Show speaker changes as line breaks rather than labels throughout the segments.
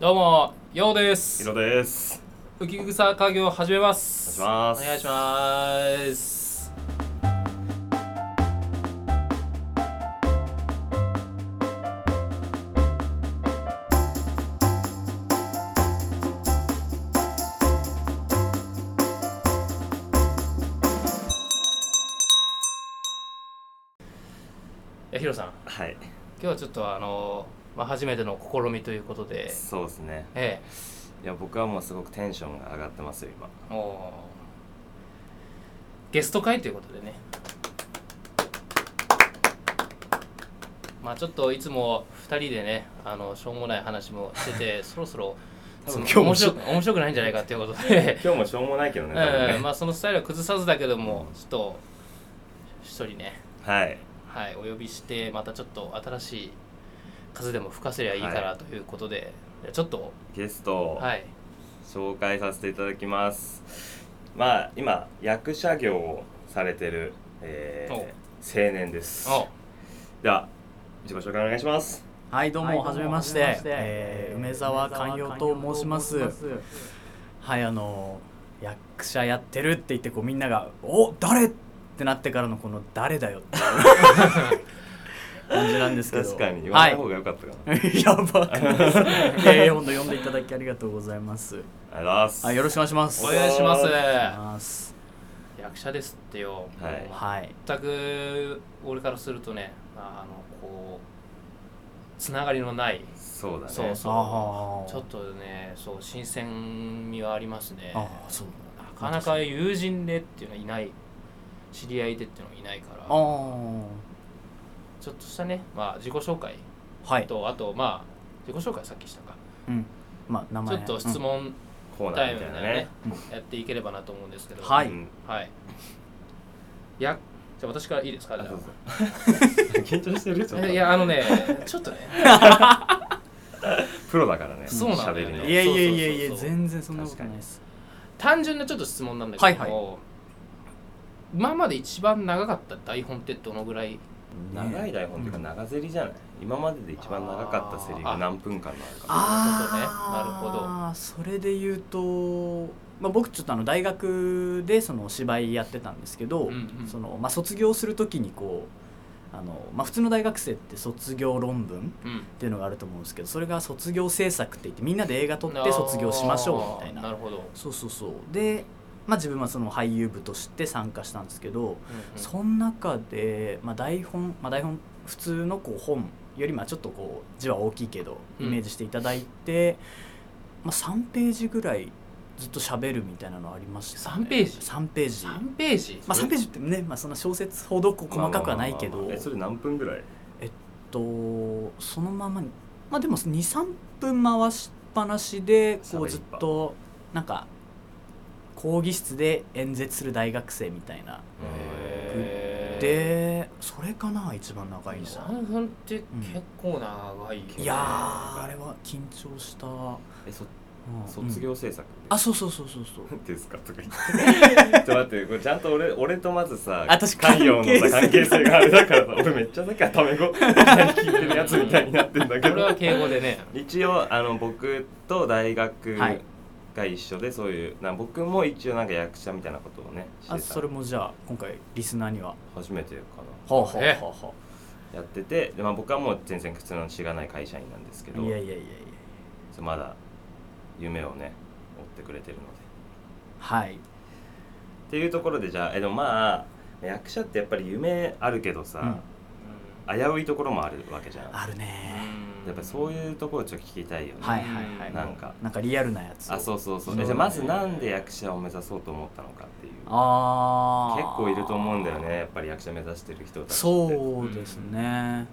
どうも、ようで
ひ
す。
ろです。
浮き草家業始めます。
お願いします
お願いします。いやヒロさん、
はい。
今日はちょっとあのまあ初めての試みということで、
そうですね。
ええ、
いや、僕はもうすごくテンションが上がってますよ、今。
おーゲスト会ということでねまあちょっといつも2人でねあのしょうもない話もして てそろそろ
多分
面
今日も
白く面白くないんじゃないかということで
今日もしょうもないけどね。多分 ね
うんまあそのスタイルは崩さずだけどもちょっと一人ね
はい。
はいお呼びしてまたちょっと新しい風でも吹かせりゃいいか
は
ないということで、じゃあちょっと
ゲストを
はい
紹介させていただきます。まあ、今、役者業をされてる、えー
お
青年です。
お
では、自己紹介お願いします。
はいどうもはじめまして,、
はいどうもはじめまして
えー梅沢寛陽と申しますはいあの役者やってるって言ってこうみんなが「お誰?」ってなってからのこの「誰だよ」っていう感じなんですけど
確かに言わ
は
ない
い
方が良かったかな。あり
やばくない ですかいやいや本当呼んでいただきありがとうございます
がとうございます。
はいよろしくお願いします
お願いします
お
ます
役者ですってよ、
はい
もう
はい
全く俺からするとねあのこうつながりのない
そうだね。
そうそう
あー
ちょっとねそう新鮮味はありますね
ああそう
なかなか友人でっていうのはいない知り合いでっていうのはいないから
ああ
ちょっとしたね、まあ、自己紹介
はい、
とあとまあ自己紹介さっきしたか
うん、まあ名
ちょ
前
っと質問
コーナ
タイ
ー
ムみ
みた
たい
いな
な
ね
ね。、やっていければなと思うんですけど
はいううん
はいやじゃあ私からいいですか
あ
じゃ
そう
あ
そう 緊張してるちょっと
いやあのねちょっとね
プロだからね
そうなんだよね
喋り
う
の
んいやいやいや
そうそうそ
いや
うそう
全然そんなことないです
単純なちょっと質問なんだけども、
はい
今まで一番長かった台本ってどのぐらい
長い台本っていうか長ゼリじゃない、今までで一番長かったセリ
あー
フ何分間のあるか
あ
そういうことね
あーそれで言うと、まあ、僕ちょっとあの大学でその芝居やってたんですけど、
うんうん
そのまあ、卒業する時にこうあの、まあ、普通の大学生って卒業論文
うん
っていうのがあると思うんですけどそれが卒業制作って言ってみんなで映画撮って卒業しましょうみたい
あーな
な
るほど、うんうん
そうそうそうで、まあ、自分はその俳優部として参加したんですけど、その中で、まあ、台本、まあ、台本普通のこう本よりまあちょっとこう字は大きいけど
う
イ
ん
メージしていただいて、まあ、3ページぐらいずっと喋るみたいなのありました、
3ページ
3ページ
3ページ
まあ、3ページってね、まあ、そんな小説ほどこう細かくはないけ
ま
ど、
あまあまあまあえそれ何分ぐらい
とそのままに、まあ、でも23分回しっぱなしでこ
喋
う
り
ず
っ
っ
ぱ
となんか講義室で演説する大学生みたいな
へー
でそれかな一番長いのは
3分って結構長いよね、
いやーあれは緊張した、うん
えそ卒
うん
業制作、
あそうそうそうそうそう
ですかとか言ってちょっと待ってこれちゃんと俺俺とまずさ
あ私
関与のさ関
関
係
係性
性があれだからさ俺めっちゃだからタメ語聞いてるやつみたいになってんだけ
これ
ど
は敬語でね
一応あの僕と大学
はい
が一緒で、そういうな僕も一応なんか役者みたいなことをねしてた
あそれもじゃあ今回リスナーには
初めてか
ほうほう
え
ほうほ
なやっててで、まあ、僕はもう全然普通のしがない会社員なんですけど
ういやいやいやいや
そうまだ夢をね追ってくれてるので
はい
っていうところでじゃあえでもまあ役者ってやっぱり夢あるけどさ、危ういところもあるわけじゃん
ある
う
ね
ん
やっぱりそういうところちょっと聞きたいよね、
はいはいはい
なんか
なんかリアルなやつ
あそうそうそう
そう
え
ね
じゃあまずなんで役者を目指そうと思ったのかっていう
あー
結構いると思うんだよねやっぱり役者目指してる人たちって
そうですね、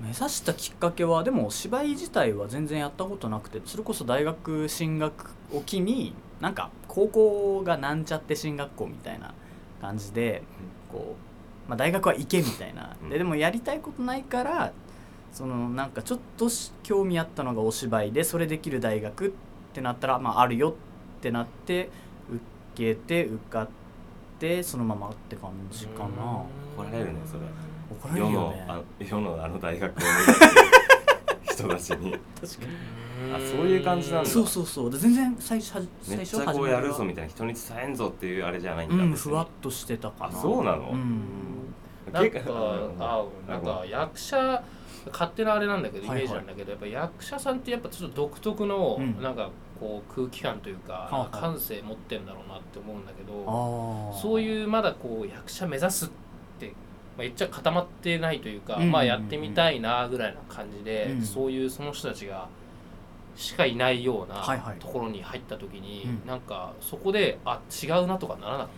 目指したきっかけはでも芝居自体は全然やったことなくてそれこそ大学進学を機になんか高校がなんちゃって進学校みたいな感じでこう、まあ、大学は行けみたいな
うん
ででもやりたいことないからそのなんかちょっとし興味あったのがお芝居でそれできる大学ってなったら、まあ、あるよってなって受けて受かってそのままって感じかな。
怒られるねそれ
怒られ
世
るよ
の
ね
あ世のあの大学を人たちに
確かに
あそういう感じなんだ
そうそうそうで全然最初はじ最
めっ
初
ちゃ
は
こう
め
や
は
るぞみたいな人に伝えんぞっていうあれじゃないんだ、
うん
別に
ふわっとしてたか
あ
な
そうなの、
うん
なんか
結構
あなんか役者勝手なあれなんだけどイ
は
メ
いはい
ージなんだけど、やっぱ役者さんってやっぱちょっと独特の、
うん
なんかこう空気感というか、
あはあ
感性持ってんだろうなって思うんだけど
あ
そう
う
いうまだこう役者目指すって、まあ、言っちゃ固まってないというか、
うんうんうん
まあやってみたいなぐらいな感じで、
うん
そういうその人たちがしかいないような
はいはい
ところに入った時に、
うん
なんかそこであ違うなとかならなかっ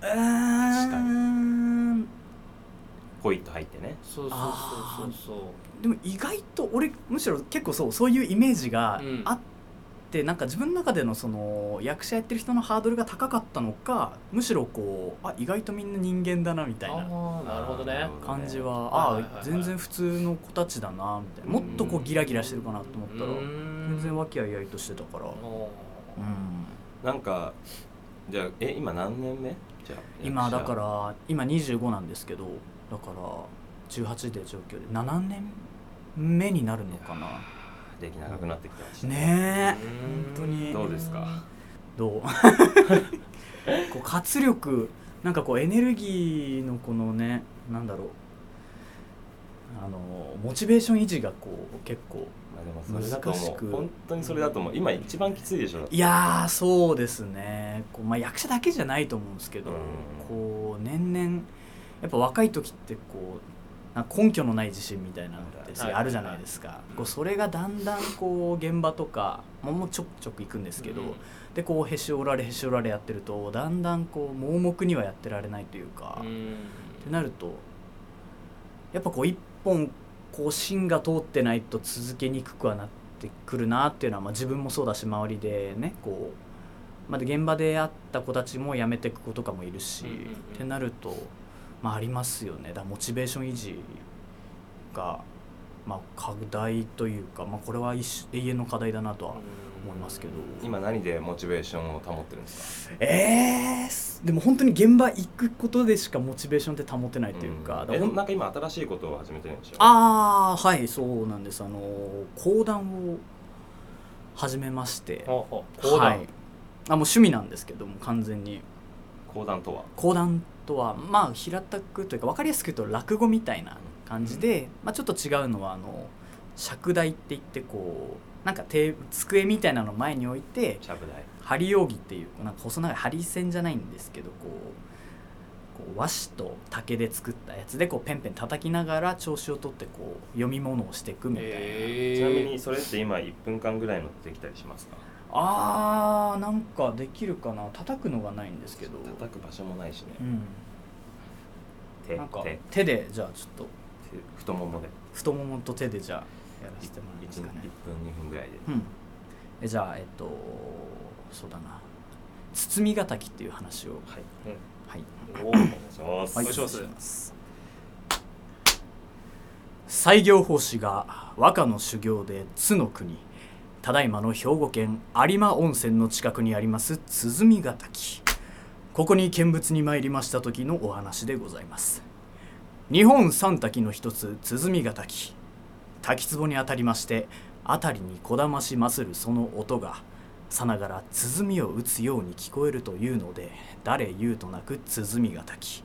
たの
確かに
ポイッと入ってね
そうそうそうそうそう
でも意外と俺むしろ結構そうそういうイメージが
うん
あって、なんか自分の中でのその役者やってる人のハードルが高かったのかむしろこうあ意外とみんな人間だなみたい
あ
な
あーなるほど
な
ね
るほど
感じは、
はいはい
あ
はい
あ全然普通の子たちだなみたいなもっとこうギラギラしてるかなと思ったら、全然和
わ
気あいあいとしてたから、うん
なんかじゃあえ今何年目じゃあ
今だ
役者
から今25なんですけどだから18で上京で7年目になるのかな
でき長くなってきてました
ねえ本
本
当に
どうですか
どう こう活力なんかこうエネルギーのこのねなんだろうあのモチベーション維持がこう結構
まあでもそれだと
難
思
し
う
く
本当にそれだと思う今一番きついでしょ
いやーそうですねこう、まあ、役者だけじゃないと思うんですけど、
うん
こう年々やっぱ若い時ってこうなんか根拠のない自信みたいなのってすごいあるじゃないですか、こうそれがだんだんこう現場とか、まあもうちょくちょく行くんですけど、でこうへし折られへし折られやってるとだんだんこう盲目にはやってられないというか、
う
っ
ん
てなるとやっぱこう一本こう芯が通ってないと続けにくくはなってくるなっていうのは、まあ、自分もそうだし周りでねこう、まあ、で現場で会った子たちも辞めていく子とかもいるし、
うんうんうん
ってなると、まあ、ありますよねだからモチベーション維持が、まあ、拡大というか、まあ、これは一種永遠の課題だなとは思いますけど。
今何でモチベーションを保ってるんです
えー、でも本当に現場行くことでしかモチベーションって保てない
か
というか,、
うんえでもなんか今新しいことを始めてるんでしょ
ああーはいそうなんですあの講談を始めまして
ほうほうこうだ
はい、あもう趣味なんですけども完全に
講談とは
講談とはまあ平たくというか分かりやすく言うと落語みたいな感じで、まあ、ちょっと違うのはあの尺台って言ってこうなんかテー机みたいなのを前に置いて
ちゃぶ台
針扇っていうなんか細長い針線じゃないんですけどこうこう和紙と竹で作ったやつでこうペンペン叩きながら調子を取ってこう読み物をしていくみたいな、
えー
ちなみにそれって今1分間ぐらいのできたりしますか
あーなんかできるかな叩くのがないんですけど、
叩く場所もないしね
うん、
手
なんか
手手
手でじゃあちょっと
太ももで
太ももと手でじゃあやらせ
1
てもらいます
分
かね
2分ぐらいで
うんえじゃあえっとそうだな包みがたきっていう話を
はい
はい
おー
お願いします
お願いします
西行法師が和歌の修行で津の国ただいまの兵庫県有馬温泉の近くにあります鼓ヶ滝ここに見物に参りました時のお話でございます日本三滝の一つ鼓ヶ滝滝壺にあたりまして辺りにこだましまするその音がさながら鼓を打つように聞こえるというので誰言うとなく鼓ヶ滝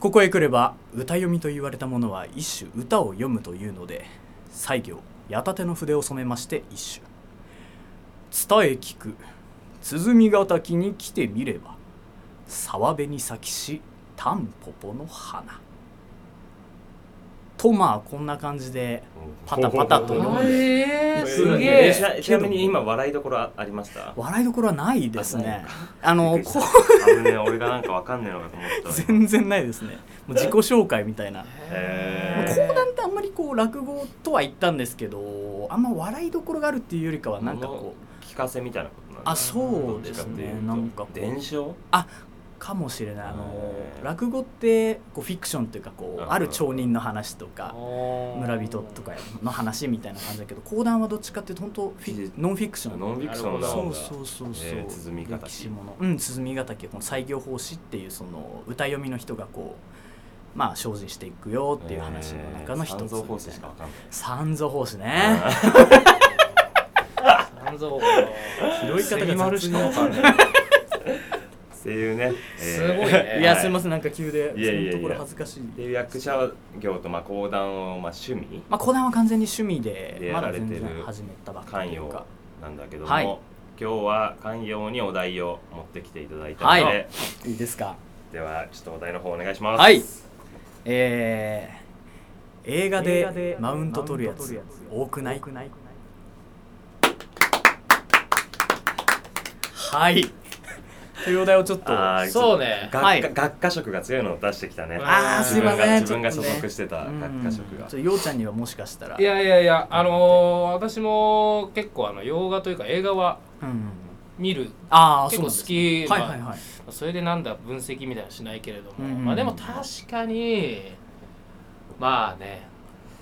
ここへ来れば歌読みと言われたものは一首歌を読むというので西行矢立の筆を染めまして一首伝え聞く鼓ヶ滝に来てみれば沢辺に咲きしタンポポの花とまあこんな感じでパタパタと
お
読
ー
んで
えー、すげ
え
え
ちなちなみに今笑いどころあありました
笑いどころはないですねあ
あ
のこ
危ねえ俺がなんかわかんねえのかと思ったわ今
全然ないですねもう自己紹介みたいな
へー
講談ってあんまりこう落語とは言ったんですけどあんま笑いどころがあるっていうよりかはなんかこう
聞かせみたいなことなんだ
あそうですねなんかこう
伝承
かもしれないあの
へー
落語ってこうフィクションっていうかこ
うん
うある町人の話とか村
村
人とかの話みたいな感じだけど講談はどっちかっていうと本当フィノンフィクション
ノンフィクション
なるほ
そ
ど
の
うそうそうそう、
えー鼓ヶ滝
歴史ものうん鼓ヶ岳この西行法師っていうその歌読みの人がこうまあ精進していくよっていう話の中の一つ
三
み
蔵法
た
師
い
し
な
かわかんない
三蔵法師ね
三蔵
拾い方が雑に
丸しかわかんない
っていうね、
すごいね
いやすいませんなんか急で
いやいやいや
そのところ恥ずかしい
っていう役者業とまあ講談をまあ趣味
まあ講談は完全に趣味で
で
まだ
やられ
全
てる
然始めたばっか
寛
りという
容
か
なんだけども、
はい
今日は寛容にお題を持ってきていただいたの
は
で、
いいいですか
ではちょっとお題の方お願いします。
はいえー、映画でマウント取るやつ多くないはいというお題をちょっと
あー
そうね
学科、
はい
学科色が強いのを出してきたね。
あー
自分が
すいません
自分が
ち
所
ょっとね
属してた学科色が。
ちょっとようちゃんにはもしかしたら
いやいやいやあのー私も結構あの洋画というか映画は
うんうんうん
見る
ああ
結構好
ね
き
はいはい
ま
はい
あそれでなんだ分析みたいなのしないけれども、
うんうん
まあでも確かにまあね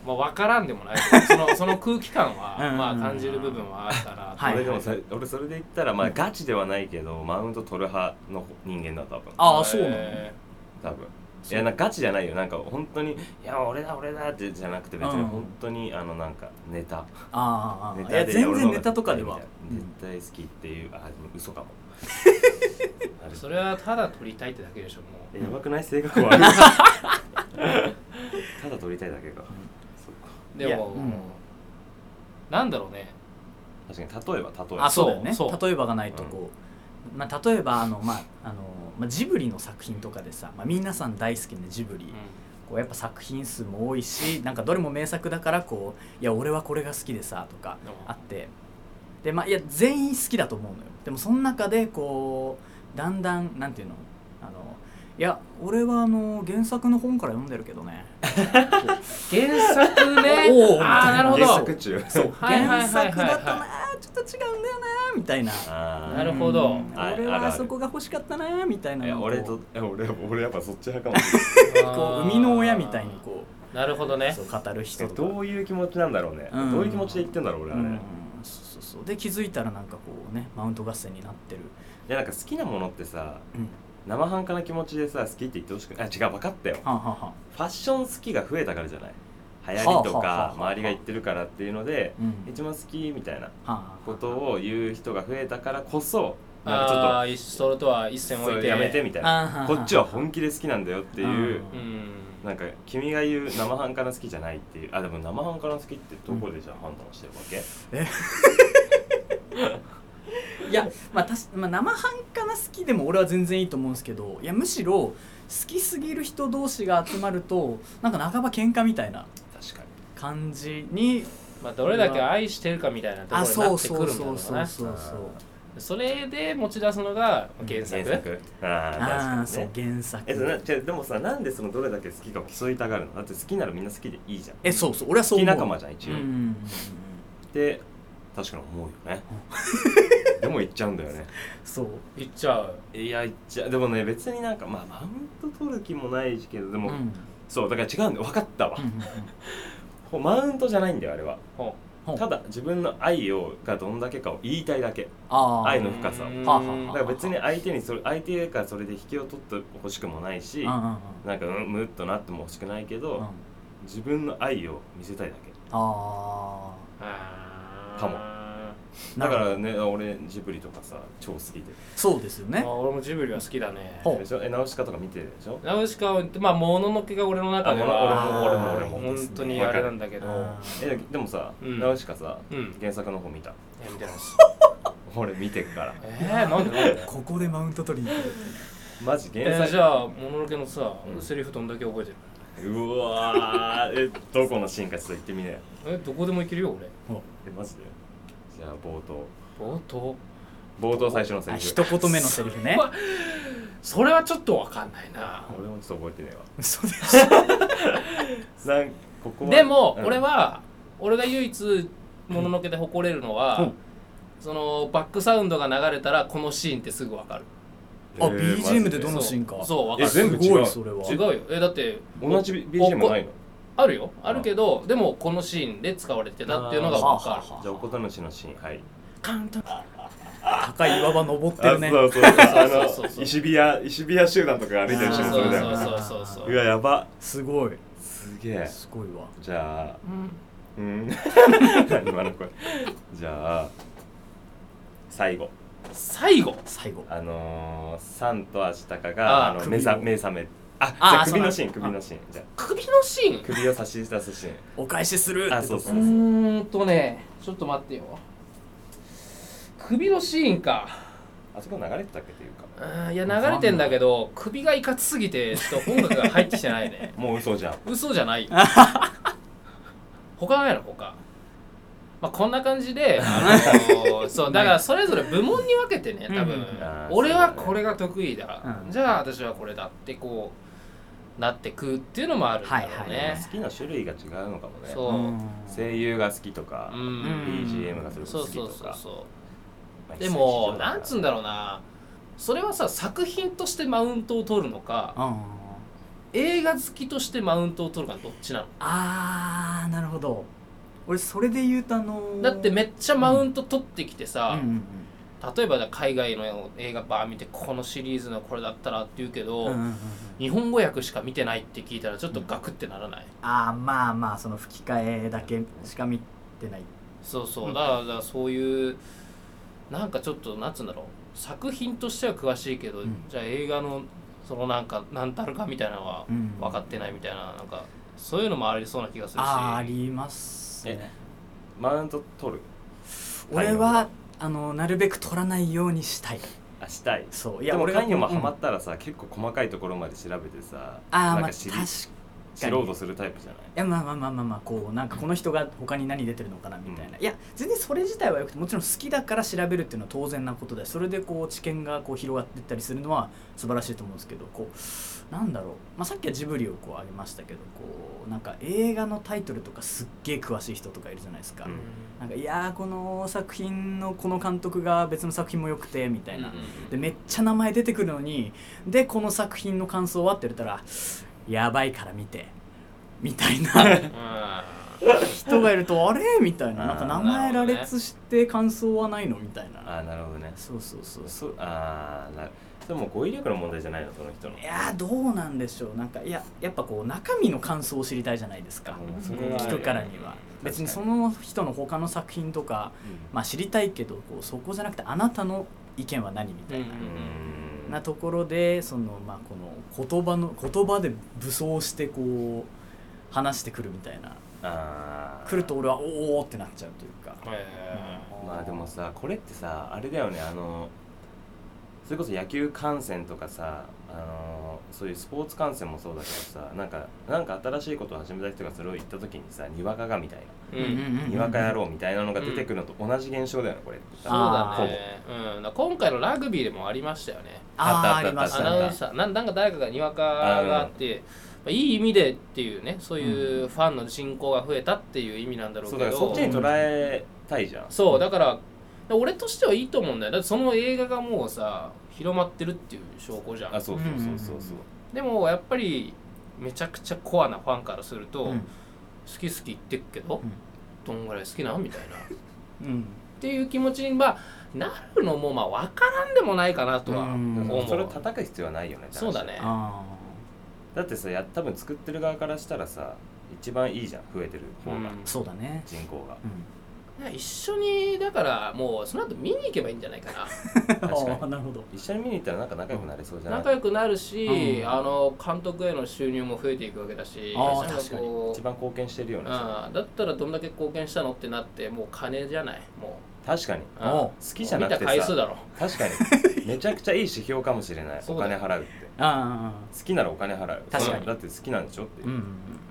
まあ分からんでもないけどそ のその空気感は
うんうんうん
まあ感じる部分はあるから、
はい
俺でもさ俺それで言ったらまあガチではないけど、マウント取る派の人間だ多分
ああそうなの
え
多分いやなんかガチじゃないよなんか本当に「いや俺だ俺だ」ってじゃなくて別
う
に
ん
本当にあのなんかネタ
あー
ネ
あーあー
タ
いや
で
全
俺
然
の方が
ネタとかでは
絶対好きっていうあでも嘘 かもあれ
それはただ撮りたいってだけでしょもう
えやばくない性格悪い ただ撮りたいだけか、そっか
で
いや
も、
うん
なんだろうね
確かに例えば例えば
あそうだよね
そうそう
例えばがないとこう、まあ、例えばあの、まああのまあ、ジブリの作品とかでさ、まあ、皆さん大好きなジブリ、こうやっぱ作品数も多いしなんかどれも名作だからこういや俺はこれが好きでさとか
うん
あってでまあいや全員好きだと思うのよでもその中でこうだんだんなんていうのあのいや俺はあの原作の本から読んでるけどね
原作ね
おー
ああなるほど
原作 中そう
はいはいはいはい
原
はい
作だとなちょっと違うんだよなみたいな
あー
なるほど
うん
あ
俺
あるあ
は
る
あそこが欲しかったなみたいない
や
のをこう
俺とえ俺俺やっぱそっち派かもしれない
こう生みの親みたいにこ
なるほど
う
ね
そう語る人
え
とか
どういう気持ちなんだろうね、
うん
どういう気持ちで言ってんだろう俺はね、
うん
い
そうそうそうで気づいたらなんかこうねマウント合戦になってる、
やなんか好きなものってさ
うん、
生半可な気持ちでさ好きって言ってほしくないあ違う分かったよ
はんはんはん
ファッション好きが増えたからじゃない流
はあ
行りと
はあはあ
か周りが言ってるからっていうので
うん
一番好きみたいな
は
ことを言う人が増えたからこそなん
あ
か
あー一それとは一
ちょ
線
っと
置い
そう
て
やめてみたいな
あー
こっちは本気で好きなんだよっていう
う
う
ん
ん
なんか君が言う生半可な好きじゃないっていうあでも生半可な好きってどこでじゃあ判断してるわけ、
いや、まあ、たしまあ生半可な好きでも俺は全然いいと思うんですけどいやむしろ好きすぎる人同士が集まるとなんか半ば喧嘩みたいな
確かに
感じに
まあどれだけ愛してるかみたいなところ
あ
にな
そう
ってく
そう
るんだ
そ
ろう
うそう
な
そうそう
それで持ち出すのが原作
ああ確かに
あ
ね
あそう原作
えそうな違うでもさなんでそのどれだけ好きかを競いたがるのだって好きならみんな好きでいいじゃん
えそうそう俺はそ
好き
う思う
仲間じゃん一応、
うんうんうんうん
って確かに思うよね でも言っちゃうんだよね
そう
言っちゃう
いや言っちゃでもね別になんかまあマウント取る気もないけどで
うん
も、
うんうん
そうだから違うんだよ分かったわ
う、ん
こうマウントじゃないんだよあれは
ほ
ほう
ただ自分の愛をがどんだけかを言いたいだけ
ああ
愛
う
の深さを
うん
はあはあ
だ
はあ
から別に相手にそれ相手がそれで引きを取ってほしくもないし、
うんうんうんうん
なんかうんムッとなっても欲しくないけど、自分の愛を見せたいだけ
あ
あー
かも
あ
だからね俺ジブリとかさ超好きで
そうですよね
まあ俺もジブリは好きだね
ほう
でしょえ直し方とか見てるでしょ
ナウシカはまあもののけが俺の中で
あ
は
俺も俺も俺も
俺も
本当にあれなんだけど
あ
えでもさ、
うん
直しかさ
うん
原作の方見た
えみたいなし
俺見てるから
えー、 なんでなんで
ーここでマウント取りに行く
マジ原
えー、
作、
じゃあもののけのさ、
うん
セリフどんだけ覚えてる
うわーえどこの進化ちょっと言ってみなよ
えどこでもいけるよ俺
えマジでじゃあ冒頭
冒頭
冒頭最初のセ
あ
リ
一
フ
言目のセリフね
それはちょっとわかんないな
俺もちょっと覚えてね
そうで
えわなんここは
でも、
うん
俺は俺が唯一もののけで誇れるのは、
うん
そのバックサウンドが流れたらこのシーンってすぐわかる
あ
えー
BGM
マ
で
ジ
どのシーンか
そうそうわか
え
る
全部
すご
違う
いそれは
違うよえだって
同じ BGM ないの
あるよあるけどでもこのシーンで使われてたっていうのがわか
あーはあは
る
あ
じゃあおことのしのシーンはい
カウント
高い岩場登ってるね
そうそうそうあ
そうそうそうそ
の
う
石火屋石火屋集団とかが歩いてる
そ
瞬
う
間
そ
それ
う
だ
そ
よ
う
ね
そうそうそう
うわやば
すごい
すげえ
すごいわ
じゃあ
うん
うん 何今の声じゃあ最後
最後
最後
あのー、サンとアシタカ
あー
があの
首
目覚
を
目覚めあじ
あー
ゃあ
そう
首
だ
のシーン
あ
首のシーンじゃ
首のシー
あ
ン
首を差し出すシーン
お返しする
あそうそうう
ーんとねちょっと待ってよ首のシーンか
あそこ流れてたっけっていうか
あーいや流れてんだけど首がいかつすぎてちょっと音楽が入ってきてないね
もう嘘じゃん
嘘じゃ ない他ないの他まあこんな感じ で、あのーそうだからそれぞれ部門に分けてね多分、
うんうん
あー
俺は
そうだね
これが得意だ、
うん
じゃあ私はこれだってこうなってくっていうのもあるんだろうね、
はいはい
好きな種類が違うのかもね
そう
声優が好きとか、
うん
BGM がそれこそ
そう
好き
そう
と
そう
か
そう
まあ
でも
一石二鳥だ
なんつうんだろうなそれはさ作品としてマウントを取るのか
あ
映画好きとしてマウントを取るかどっちなの
あーなるほど俺それで言うとあのー
だってめっちゃマウント取ってきて
うん
さ
う、ん
例えば海外の映画バー見てこのシリーズのこれだったらって言うけ
う
ど、
んうんうんうん
日本語訳しか見てないって聞いたらちょっとガクってならない、
ああまあまあその吹き替えだけしか見てない
そうそううんだからだからそういうなんかちょっとなんつうんだろう作品としては詳しいけど、
うん
じゃあ映画のそのなんか何たるかみたいなのは
うん
分かってないみたいななんかそういうのもありそうな気がするし
あーありますね
マウント取る
俺はあのなるべく取らないようにしたい
あしたい
そうい
でも
俺が
関与もハマ
うん
ったらさ、結構細かいところまで調べてさ
あ
な
あ
ん
まあ
か
確
知
か
り
に
知ろうとするタイプじゃない
いやまあまあまあまあまあこうなんかこの人が他に何出てるのかなみたいな、いや全然それ自体はよくてもちろん好きだから調べるっていうのは当然なことでそれでこう知見がこう広がっていったりするのは素晴らしいと思うんですけどこうなんだろう、まあ、さっきはジブリをこう挙げましたけどこうなんか映画のタイトルとかすっげえ詳しい人とかいるじゃないですか、
うん
なんかいやーこの作品のこの監督が別の作品も良くてみたいな、
うんうん
でめっちゃ名前出てくるのにでこの作品の感想はって言ったら「やばいから見て」みたいな
うん
人がいると「あれ?」みたいななんか
あ
名
ー
前羅列して感想はないのみたい
あ
な
あなるほどね
そうそうそうそ
そああなそれもう語彙力の問題じゃないのその人の
ういやーどうなんでしょうなんかいややっぱこう中身の感想を知りたいじゃないですか
うん
それは
聞くからに
う
は
ん
別にその人の他の作品とか、まあ、知りたいけどこうそこじゃなくてあなたの意見は何みたいな、
うん
うーん
なところでその、まあ、この言葉の言葉で武装してこう話してくるみたいな
あー
来ると俺はおおってなっちゃうというか、
え
まあでもさこれってさあれだよねあのそれこそ野球観戦とかさあのそういうスポーツ観戦もそうだけどさなんかなんか新しいことを始めた人がそれを言った時にさにわかがみたい
ーう
うんうん
ん
な、
うん、
にわか野郎みたいなのが出てくるのと同じ現象だよねこれって
そ
さ
うだね、うん、だから今回のラグビーでもありましたよね
あー
あ
あ
ったあ
り
ったあ
ま
っ
した
ア
た
ね
ナウンサーなんなんか誰かがにわかがあってまあいい意味でっていうねそういううファンの人口が増えたっていう意味なんだろう
そう
け
だ
ど、
からそっちに捉えたいじゃん
そうだから俺としてはいいと思うんだよだってその映画がもうさ広まってるっていう証拠じゃ
あ
ん
そうそうそうそうそう
でもやっぱりめちゃくちゃコアなファンからすると、
うん
好き好き言ってくけど、
うん
どんぐらい好きなんみたいなっ
うん
ていう気持ちにまあなるのもまあ分からんでもないかなとは
うん
思う、
それを叩く必要はないよね
そうだね
あ
だってさや多分作ってる側からしたらさ一番いいじゃん増えてる方が、
うん
ーそうだね、
人口が
うん、
一緒にだからもうその後見に行けばいいんじゃない かな
確か
あー
に
なるほど
一緒に見に行ったらなんか仲良くなれそうじゃない
仲良くなるし、
うん
あの監督への収入も増えていくわけだし
あー
なん
確かに
こう
一番貢献してるよね
ああだったらどんだけ貢献したのってなってもう金じゃないも
確かに
う、うん
おう
好きじゃなくて
見た回数
さ
だろ
確か にめちゃくちゃいい指標かもしれない
そ
お
うだ
金
よ
払うって
ああ
好きならお金払う
確
かに
うんだって好きなんでしょって、
うんうん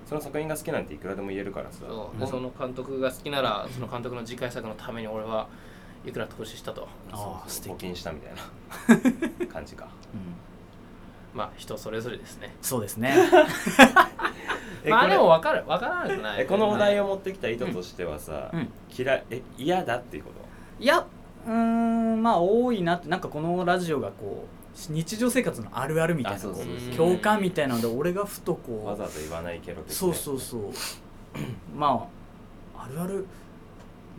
その作品が好きなんていくらでも言えるからさ
そううんでその監督が好きならその監督の次回作のために俺はいくら投資したと
あー素敵
貢献したみたいな 感じか
うん
まあ人それぞれですね
そうです ね
え
ま
こ
あ
れ
でも分かる分からなくない
えこのお題
を
を持ってきた意図としてはさ、
うん
嫌いえ嫌だっていうこと
いやうーんまあ多いなってなんかこのラジオがこう日常生活のあるあるみたい
あ
な
そう
こ
そうそう
う共感みたいなので俺がふとこう
わざ わざ言わないけど
そうそううそうまああるある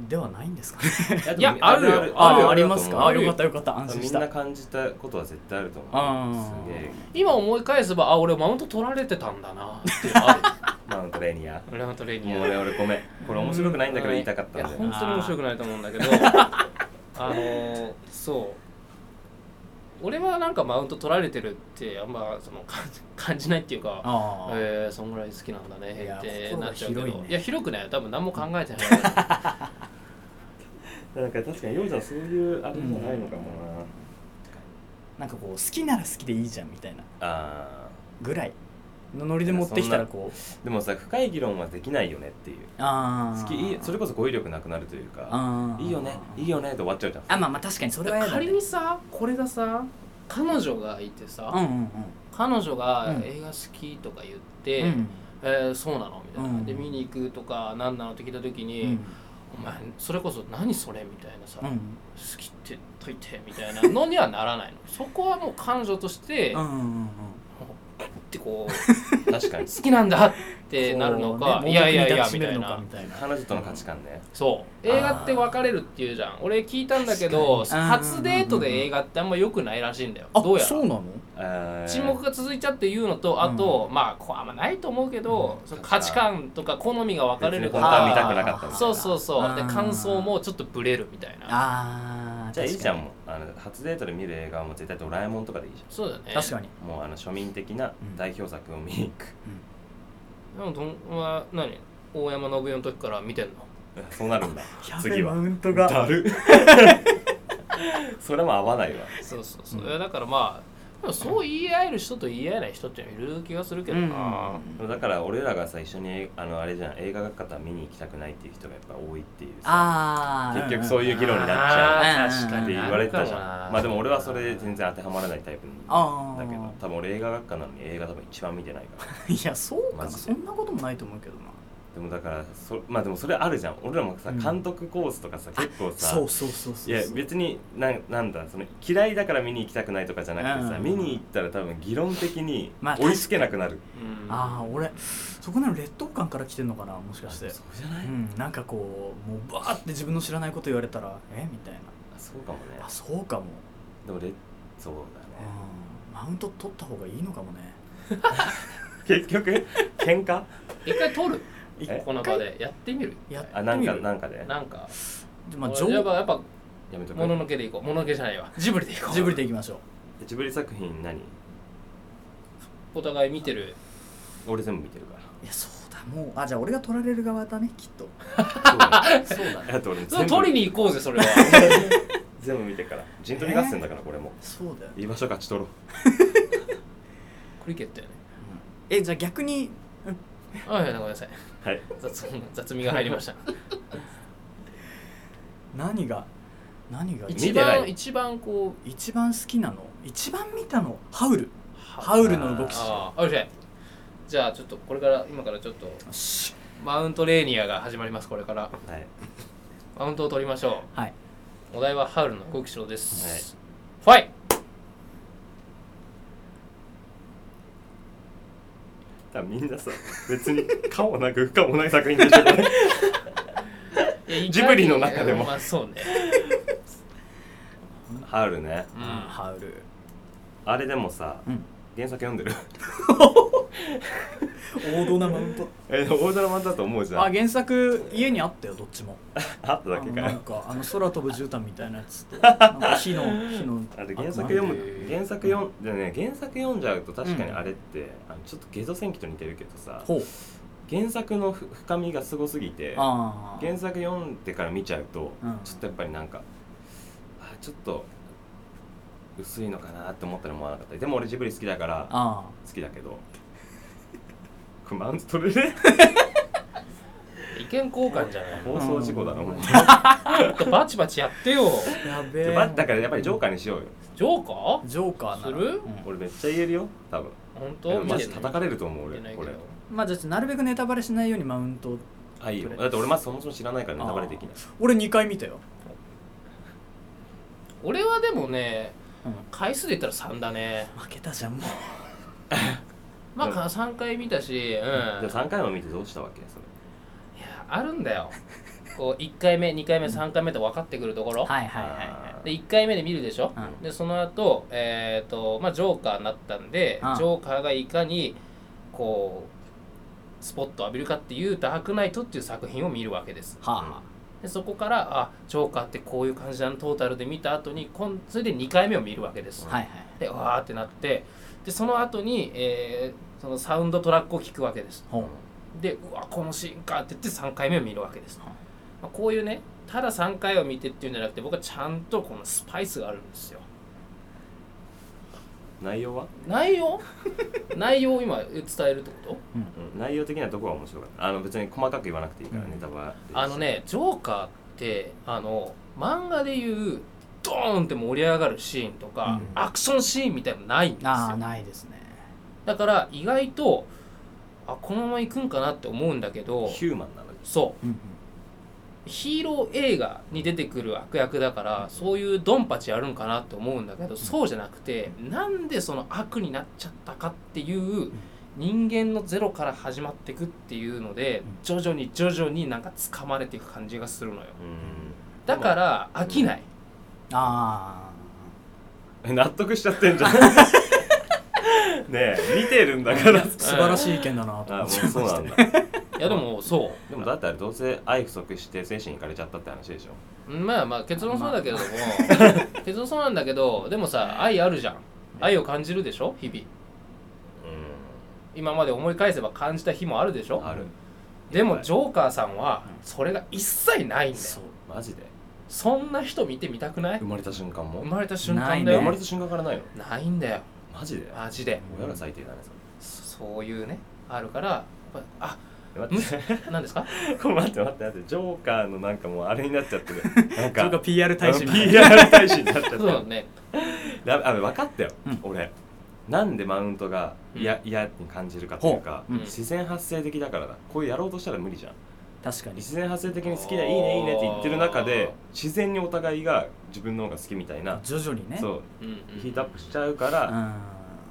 ではないんですかね
い
いやあるよ
ああ
あ
あ
る
り
よ
ま
あ
す
るよ
かあ
る
よかったよかった安心
み
し
んな
た
感じたことは絶対あると思
あ
う
ー
すげえ
今思い返せばあ俺マウント取られてたんだなっていうのあ
マウントレーニア
るマウントレニ
も
ア
う俺俺ごめんこれ面白くないんだけど言いたかったん
いや
だよ
本当に面白くないと思うんだ けどあのーそう俺はなんかマウント取られてるってあんまその感じ感じないっていうか
あー
えー、そんぐらい好きなんだ
い
ね
や
ってなっちゃうけど
心が広いね
いや広くないよ多分何も考えて ない
なんか確かにヨウちゃんそういうあれじゃないのかもな、
なんかこう好きなら好きでいいじゃんみたいな
あ
ぐらいのノリで持ってきたらこう
ーでもさ深い議論はできないよねっていう
ああ
好きいいそれこそ語彙力なくなるというか
あー
いいよねいいよねって終わっちゃうじゃん
あまあまあ確かにそれはやだ、ね、
仮にさこれがさ彼女がいてさ、
うんうんうん
彼女が
うん
映画好きとか言って、
うん
えーそうなのみたいな、
うん
で見に行くとか何なのって聞いた時に、
うん
お前それこそ何それみたいなさ、
うん
好きってといてみたいなのにはならないのそこはもう彼女として、
うんうんうん
ってこう
確かに
好きなんだってなるの か、
こうね
いやいやいや
盲
み
目に抱きしめ
た
る
い
のか
な
みたいな
彼女との価値観ね
そう映画って別れるっていうじゃん俺聞いたんだけど
確かに
初デートで映画ってあんま良くないらしいんだよ
あ
どうや
そう
ら
なの
えー
沈黙が続いちゃっていうのとあと、まあこうあんまないと思うけど、
うん
その価値観とか好みが分かれるか
別に本当は見
ら
たくなかったみたいな
そうそうそうで
あー
感想もちょっとブレるみたいな
ああ
じゃあいいじゃんもうあの初デートで見る映画はもう絶対ドラえもんとかでいいじ
そうだね
確かに
ゃんもうあの庶民的な代表作を見に行く、
でもどんは何大山信代の時から見てんの
そうなるんだ
やべえ
次
マ
は
ウントが
だる それも合わないわ
そうそうそう、いやだからまあでもそう言い合える人と言い合えない人っている気がするけどな、
うん
だから俺らがさ一緒にあのあれじゃん映画学科とは見に行きたくないっていう人がやっぱ多いっていうさ
ああ
結局そういう議論になっち
あ
ゃ
ー
うん
確か
って
に
言われてたじゃん
なるか
まあでも俺はそれで全然当てはまらないタイプ
あー
だけど多分俺映画学科なのに映画多分一番見てないから
いやそうか
マ
な
ジで
そんなこともないと思うけどな
でもだからそまあでもそれあるじゃん俺らもさ
うん
監督コースとかさ結構さ
そうそうそうそう
いや別になんなんだその嫌いだから見に行きたくないとかじゃなくてさ
うん
見に行ったら多分議論的に
まあ
追いつけなくなる、
うん
ああ俺そこなの劣等感から来てんのかなもしかして
そうじゃな
うんなんかこうもうバーって自分の知らないこと言われたらえみたいな
あそうかもね
あそうかも、
でもレそう
う
だね
ん、マウント取った方がいいのかもね
結局喧嘩
一回撮る
一
え
この場でやってみる
やっ
あなん
見て
か
みる
なんかで
なんか、
でまあ
やっぱ
上
やっぱ
やめとく
もののけでいこうもののけじゃないわジブリでいこう
ジブリでいきましょう
ジブリ作品何
お互い見てる
俺全部見てるか
いやそうだもうあじゃあ俺が取られる側だねきっと
らそうだね
そうだ
だって
そ
俺
れ
全
取り
部
に行こうぜそれは
全部見てから陣取り合戦だからこれも
そうだよ、
居場所勝ち取ろう
クリケットやね
えじゃあ逆に
あいやごめんなさい
はい
雑雑味が入りました
何が何 が
見
一
てな
番
い
一番こ
一番好きなの一番見たのハウル
う
ハウルの動き
ああ OK じゃあちょっとこれから今からちょっと
し
マウントレーニアが始まりますこれから
はい
マウントを取りましょ
はいう
お題はハウルの動き賞です、はい、ファイ
多分みんなさ別に可もなく不可もない作品でしょこれ
いやいかに
ジブリの中でも
まあそうね、
ハウルね
うん、
ハウル
あれでもさ
うん
原作読んでる
王道なマウント
え大ドラマだと思うじゃ
あ
ん
原作家にあったよどっちも
あっただけ
あのなん
か
かあの空飛ぶ絨毯みたいなやつとなんか火の火の
あれ原作読
あな
む
んで
原作読んでね原作読んじゃうと確かにあれって、あのちょっとゲゾ戦記と似てるけどさ
ほう
原作のふ深みがすごすぎて
あ
原作読んでから見ちゃうと、
うん
ちょっとやっぱりなんかあちょっと薄いのかなって思ったら思わなかったでも俺ジブリ好きだから
あ
好きだけど クマウント取れる
意見交換じゃない
放送事故だなもう
もっとバチバチやってよ
あやべえ
バッだからやっぱりジョーカーにしようよ
ジョーカー
ジョーカーなら
する
うん
俺めっちゃ言えるよ多分
本
で
当
もマジ叩かれると思う
見
俺
てない
こ
けど
れ
まあじゃあなるべくネタバレしないようにマウントを
あいいよだって俺まずそもそも知らないからネタバレできない
俺2回見たよ、
俺はでもね
うん、
回数で言ったら3だね
負けたじゃんもう
まあ
うん
か3回見たしうんい
じゃあ3回も見てどうしたわけそれ
やあるんだよこう1回目2回目3回目と分かってくるところ、
はいはいは
で1回目で見るでしょ、
うん
でその後、えーとまあジョーカーになったんで、
うん
ジョーカーがいかにこうスポットを浴びるかっていう「ダークナイト」っていう作品を見るわけです
いはあは
でそこからあジョーカーってこういう感じなのトータルで見た後にこんそれで2回目を見るわけです、
あはいはい
でわーってなってでその後に、えーそのサウンドトラックを聴くわけです
ほ
でうわこのシーンかって言って3回目を見るわけです、
はい
まあ、こういうねただ3回を見てっていうんじゃなくて僕はちゃんとこのスパイスがあるんですよ
内容は、
内容 内容を今伝えるってこと
うん、内容的なとこは面白かったあの別に細かく言わなくていいから
うん
ネタバレ
あのねジョーカーってあの漫画でいうドーンって盛り上がるシーンとか、
うん
アクションシーンみたいのないんです
うああ
よ
ないですね
だから意外とあこのまま行くんかなって思うんだけど
ヒューマンなのに
そう
うんうん
ヒーロー映画に出てくる悪役だからそういうドンパチやるんかなって思うんだけどそうじゃなくてなんでその悪になっちゃったかっていう人間のゼロから始まっていくっていうので徐々に徐々になんか掴まれていく感じがするのよ
う
だから飽きない
あ
ん納得しちゃってんじゃんねえ見てるん
あ
だから
素晴らしい意見だなと
あも
思っ
う
て
そうなんだ
いやでもそ
でもだってあれどうせ愛不足して精神いかれちゃったって話でしょ
うまあまあ結論そうだけれども 結論そうなんだけどでもさ愛あるじゃん愛を感じるでしょ日々
う
今まで思い返せば感じた日もあるでしょ
ある
で
は
も
い
ジョーカーさんはそれが一切ないんだよ
そう
マジで
そんな人見てみたくない
生まれた瞬間も
生まれた瞬間だ
え
よ
生
な
ま
い,、
れた瞬間からないの
んだよ
マジで
マジで
親が最低だねそ
そういうねあるからやっぱあ
れ待って
何ですか
これ待って待って待ってジョーカーのなんかもうあれになっちゃってるなん
それが
か
PR 大使みたいな
PR 大使になっちゃって
そ
る
うだね
だあ分かったよ、
うん
俺なんでマウントが嫌嫌に感じるかというか、
ほううん
自然発生的だからだこうやろうとしたら無理じゃん
確かに
自然発生的に好きだいいねいいねって言ってる中で自然にお互いが自分の方が好きみたいな、
徐々にね
そう
うんうん
ヒートアップしちゃうから、
うん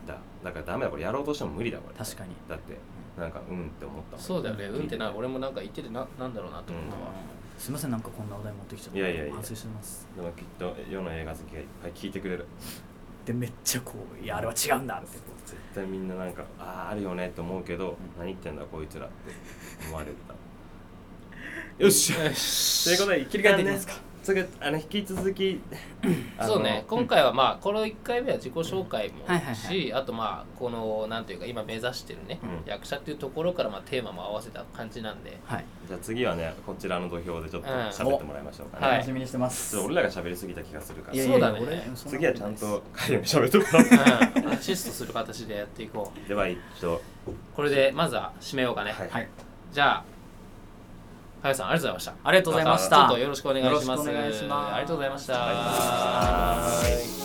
だだからダメだこれやろうとしても無理だこれ
確かに
だってなんかうんって思ったもん
そうだよねうんってな
で
俺もなんか言っててななんだろうなと思ったわ、
すいませんなんかこんなお題持ってきちゃって
いやいやいや
反省してます
もきっと世の映画好きがいっぱい聞いてくれる
でめっちゃこういやあれは違うんだって
絶対みんななんかあああるよねって思うけど、何言ってんだこいつらって思われて たよっしゃ
よし
ということで切
り替えていきますか
すぐあの引き続きあの
そうね今回はまあこの1回目は自己紹介も
はいはいはい
しあとまあこのなんていうか今目指してるね
うん
役者っていうところからまあテーマも合わせた感じなんで
はい
じゃあ次はねこちらの土俵でちょっと喋ってもらいましょうか
う
ね、
んはい
楽しみにしてます
ちょっと俺らが喋りすぎた気がするから
いやい
そうだ
やいや
ね
俺そなこと
次はちゃん
ない
と
で
会に喋ってもらおう
うんアシストする形でやっていこう
では一度
これでまずは締めようかね、
はい
すはい
じゃあ、かよさん、ありがとうございました。
ありがとうございました
たちょっとよろしくお願いします。
よろしくお願いします
ありがとうございました。
ありがとうございました
はい